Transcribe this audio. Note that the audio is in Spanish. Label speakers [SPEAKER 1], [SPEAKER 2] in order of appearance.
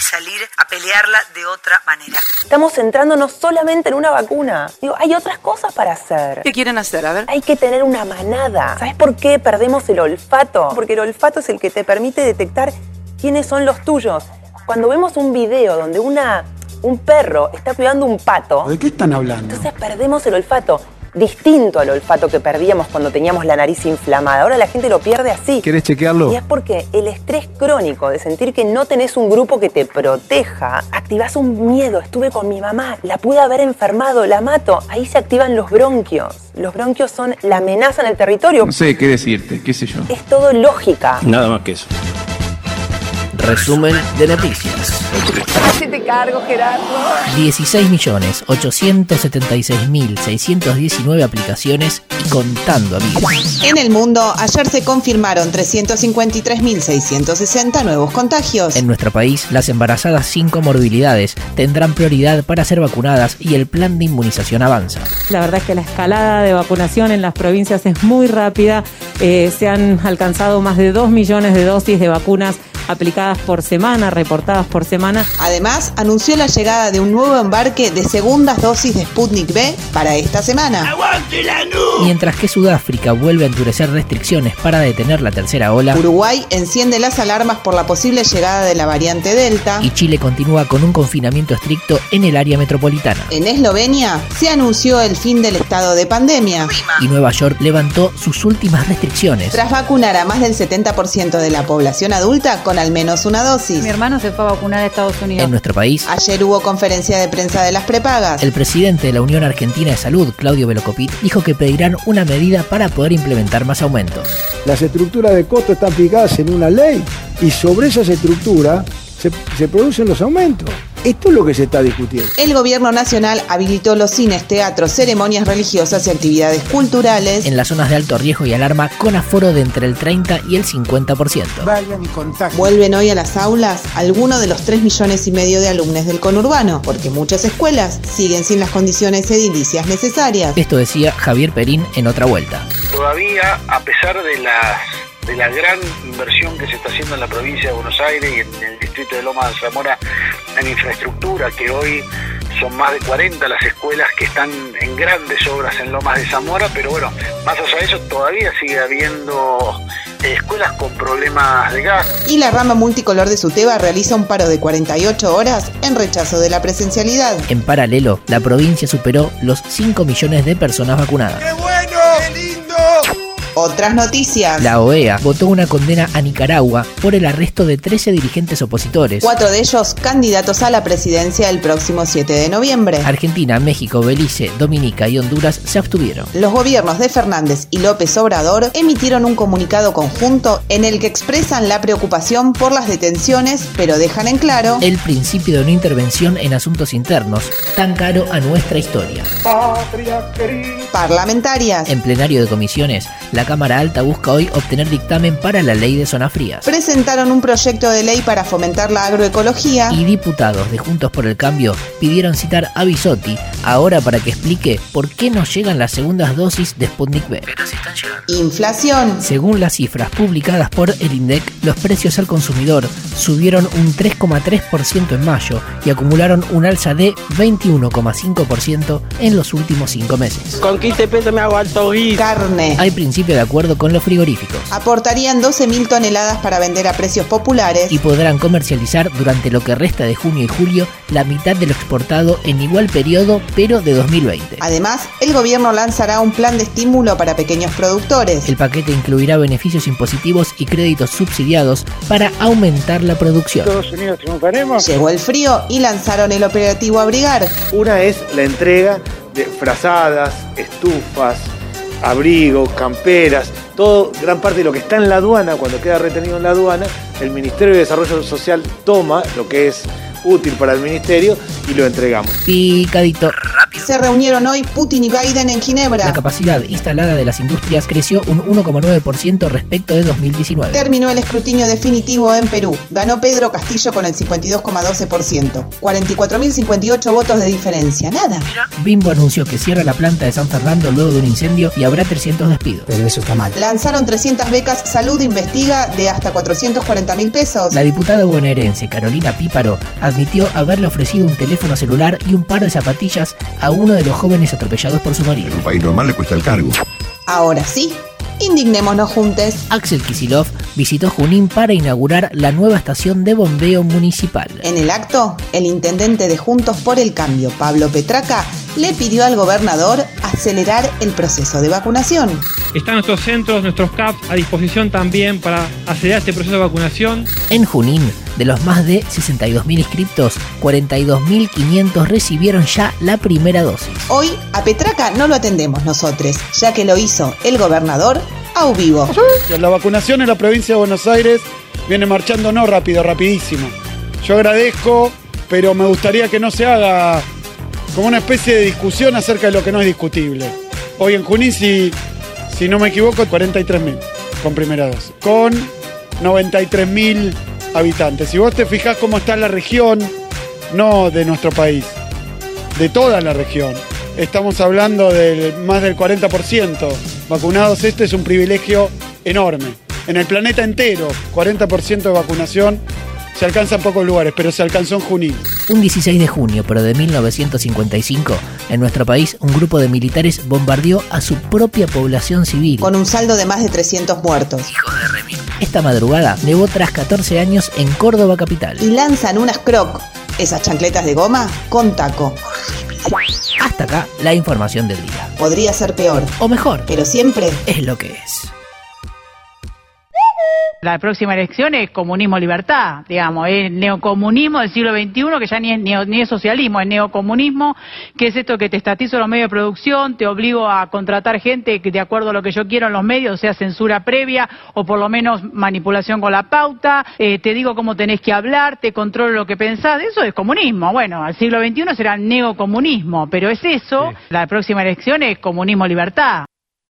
[SPEAKER 1] salir a pelearla de otra manera.
[SPEAKER 2] Estamos centrándonos solamente en una vacuna. Digo, hay otras cosas para hacer.
[SPEAKER 3] ¿Qué quieren hacer? A ver.
[SPEAKER 2] Hay que tener una manada. ¿Sabes por qué perdemos el olfato? Porque el olfato es el que te permite detectar quiénes son los tuyos. Cuando vemos un video donde una, un perro está cuidando un pato,
[SPEAKER 4] ¿De qué están hablando?
[SPEAKER 2] entonces perdemos el olfato. Distinto al olfato que perdíamos cuando teníamos la nariz inflamada. Ahora la gente lo pierde así.
[SPEAKER 5] ¿Querés chequearlo?
[SPEAKER 2] Y es porque el estrés crónico de sentir que no tenés un grupo que te proteja, activás un miedo. Estuve con mi mamá, la pude haber enfermado, la mato. Ahí se activan los bronquios. Los bronquios son la amenaza en el territorio.
[SPEAKER 5] No sé qué decirte, qué sé yo.
[SPEAKER 2] Es todo lógica.
[SPEAKER 6] Nada más que eso.
[SPEAKER 7] Resumen de noticias.
[SPEAKER 8] te cargo, Gerardo.
[SPEAKER 7] 16.876.619 aplicaciones y contando, amigos.
[SPEAKER 9] En el mundo, ayer se confirmaron 353.660 nuevos contagios.
[SPEAKER 7] En nuestro país, las embarazadas sin comorbilidades tendrán prioridad para ser vacunadas y el plan de inmunización avanza.
[SPEAKER 10] La verdad es que la escalada de vacunación en las provincias es muy rápida. Eh, se han alcanzado más de 2 millones de dosis de vacunas aplicadas por semana, reportadas por semana.
[SPEAKER 9] Además, anunció la llegada de un nuevo embarque de segundas dosis de Sputnik B para esta semana.
[SPEAKER 7] Mientras que Sudáfrica vuelve a endurecer restricciones para detener la tercera ola
[SPEAKER 9] Uruguay enciende las alarmas por la posible llegada de la variante Delta.
[SPEAKER 7] y Chile continúa con un confinamiento estricto en el área metropolitana.
[SPEAKER 9] En Eslovenia se anunció el fin del estado de pandemia.
[SPEAKER 7] Y Nueva York levantó sus últimas restricciones.
[SPEAKER 9] Tras vacunar a más del 70% de la población adulta con al menos una dosis.
[SPEAKER 8] Mi hermano se fue a vacunar a Estados Unidos.
[SPEAKER 7] En nuestro país,
[SPEAKER 9] Ayer hubo conferencia de prensa de las prepagas.
[SPEAKER 7] El presidente de la Unión Argentina de Salud, Claudio Velocopit, dijo que pedirán una medida para poder implementar más aumentos.
[SPEAKER 4] Las estructuras de costo están fijadas en una ley y sobre esas estructuras se, se producen los aumentos. Esto es lo que se está discutiendo.
[SPEAKER 9] El gobierno nacional habilitó los cines, teatros, ceremonias religiosas y actividades culturales.
[SPEAKER 7] En las zonas de alto riesgo y alarma, con aforo de entre el 30 y el 50%.
[SPEAKER 4] Vayan y contagien.
[SPEAKER 9] Vuelven hoy a las aulas algunos de los 3 millones y medio de alumnos del conurbano, porque muchas escuelas siguen sin las condiciones edilicias necesarias.
[SPEAKER 7] Esto decía Javier Perín en otra vuelta.
[SPEAKER 11] todavía, a pesar de las de la gran inversión que se está haciendo en la provincia de Buenos Aires y en el distrito de Loma de Zamora en infraestructura, que hoy son más de 40 las escuelas que están en grandes obras en Lomas de Zamora, pero bueno, más allá de eso todavía sigue habiendo eh, escuelas con problemas de gas.
[SPEAKER 9] Y la rama multicolor de Suteba realiza un paro de 48 horas en rechazo de la presencialidad.
[SPEAKER 7] En paralelo, la provincia superó los 5 millones de personas vacunadas.
[SPEAKER 9] Otras noticias.
[SPEAKER 7] La OEA votó una condena a Nicaragua por el arresto de 13 dirigentes opositores.
[SPEAKER 9] Cuatro de ellos candidatos a la presidencia el próximo 7 de noviembre.
[SPEAKER 7] Argentina, México, Belice, Dominica y Honduras se abstuvieron.
[SPEAKER 9] Los gobiernos de Fernández y López Obrador emitieron un comunicado conjunto en el que expresan la preocupación por las detenciones, pero dejan en claro
[SPEAKER 7] El principio de no intervención en asuntos internos, tan caro a nuestra historia.
[SPEAKER 9] parlamentarias.
[SPEAKER 7] En plenario de comisiones, la Cámara Alta busca hoy obtener dictamen para la ley de zonas frías.
[SPEAKER 9] Presentaron un proyecto de ley para fomentar la agroecología.
[SPEAKER 7] Y diputados de Juntos por el Cambio pidieron citar a Bisotti ahora para que explique por qué no llegan las segundas dosis de Sputnik B.
[SPEAKER 9] Inflación.
[SPEAKER 7] Según las cifras publicadas por el INDEC, los precios al consumidor subieron un 3,3% en mayo y acumularon un alza de 21,5% en los últimos cinco meses.
[SPEAKER 3] Con 15 pesos me hago alto guis.
[SPEAKER 9] Carne.
[SPEAKER 7] Hay principio de acuerdo con los frigoríficos
[SPEAKER 9] Aportarían 12.000 toneladas para vender a precios populares.
[SPEAKER 7] y podrán comercializar durante lo que resta de junio y julio la mitad de lo exportado en igual periodo pero de 2020.
[SPEAKER 9] Además, el gobierno lanzará un plan de estímulo para pequeños productores.
[SPEAKER 7] El paquete incluirá beneficios impositivos y créditos subsidiados para aumentar la producción.
[SPEAKER 4] Estados Unidos triunfaremos.
[SPEAKER 9] Llegó el frío y lanzaron el operativo Abrigar.
[SPEAKER 12] Una es la entrega de frazadas, estufas, abrigos, camperas, todo, gran parte de lo que está en la aduana, cuando queda retenido en la aduana, el Ministerio de Desarrollo Social toma lo que es útil para el ministerio y lo entregamos.
[SPEAKER 7] Picadito.
[SPEAKER 9] Se reunieron hoy Putin y Biden en
[SPEAKER 7] La
[SPEAKER 9] Ginebra.
[SPEAKER 7] capacidad instalada de las industrias creció un 1,9% respecto de 2019.
[SPEAKER 9] Terminó el escrutinio definitivo en Perú. Ganó Pedro Castillo con el 52,12%. 44.058 votos de diferencia. Nada.
[SPEAKER 7] Bimbo anunció que cierra la planta de San Fernando luego de un incendio y habrá 300 despidos. Pero eso está mal.
[SPEAKER 9] Lanzaron 300 becas Salud Investiga de hasta 440 mil pesos.
[SPEAKER 7] La diputada bonaerense Carolina Píparo admitió haberle ofrecido un teléfono celular y un par de zapatillas a uno de los jóvenes atropellados por su marido.
[SPEAKER 5] Un país normal le cuesta el cargo.
[SPEAKER 9] Ahora sí, indignémonos juntes.
[SPEAKER 7] Axel Kisilov visitó Junín para inaugurar la nueva estación de bombeo municipal.
[SPEAKER 9] En el acto, el intendente de Juntos por el Cambio, Pablo Petraca, le pidió al gobernador acelerar el proceso de vacunación.
[SPEAKER 6] Están nuestros centros, nuestros CAPs a disposición también para acelerar este proceso de vacunación.
[SPEAKER 7] En Junín, de los más de 62.000 inscriptos, 42.500 recibieron ya la primera dosis.
[SPEAKER 9] Hoy a Petraca no lo atendemos nosotros, ya que lo hizo el gobernador au vivo.
[SPEAKER 13] La vacunación en la provincia de Buenos Aires viene marchando no rápido, rapidísimo. Yo agradezco, pero me gustaría que no se haga como una especie de discusión acerca de lo que no es discutible. Hoy en Junín, si, si no me equivoco, 43.000 con primera dosis, con 93.000 habitantes. Si vos te fijás cómo está la región, no de nuestro país, de toda la región. Estamos hablando de más del 40% vacunados. Este es un privilegio enorme. En el planeta entero, 40% de vacunación. Se alcanza en pocos lugares, pero se alcanzó en Junín.
[SPEAKER 7] Un 16 de junio, pero de 1955, en nuestro país un grupo de militares bombardeó a su propia población civil.
[SPEAKER 9] Con un saldo de más de 300 muertos.
[SPEAKER 7] Esta madrugada nevó tras 14 años en Córdoba capital.
[SPEAKER 9] Y lanzan unas croc, esas chancletas de goma, con taco.
[SPEAKER 7] Hasta acá la información del día.
[SPEAKER 9] Podría ser peor.
[SPEAKER 7] O mejor.
[SPEAKER 9] Pero siempre
[SPEAKER 7] es lo que es.
[SPEAKER 14] La próxima elección es comunismo-libertad, digamos, es neocomunismo del siglo XXI, que ya ni es, neo- ni es socialismo, es neocomunismo, que es esto que te estatizo los medios de producción, te obligo a contratar gente que de acuerdo a lo que yo quiero en los medios, o sea censura previa o por lo menos manipulación con la pauta, eh, te digo cómo tenés que hablar, te controlo lo que pensás, eso es comunismo. Bueno, al siglo XXI será neocomunismo, pero es eso, la próxima elección es comunismo-libertad.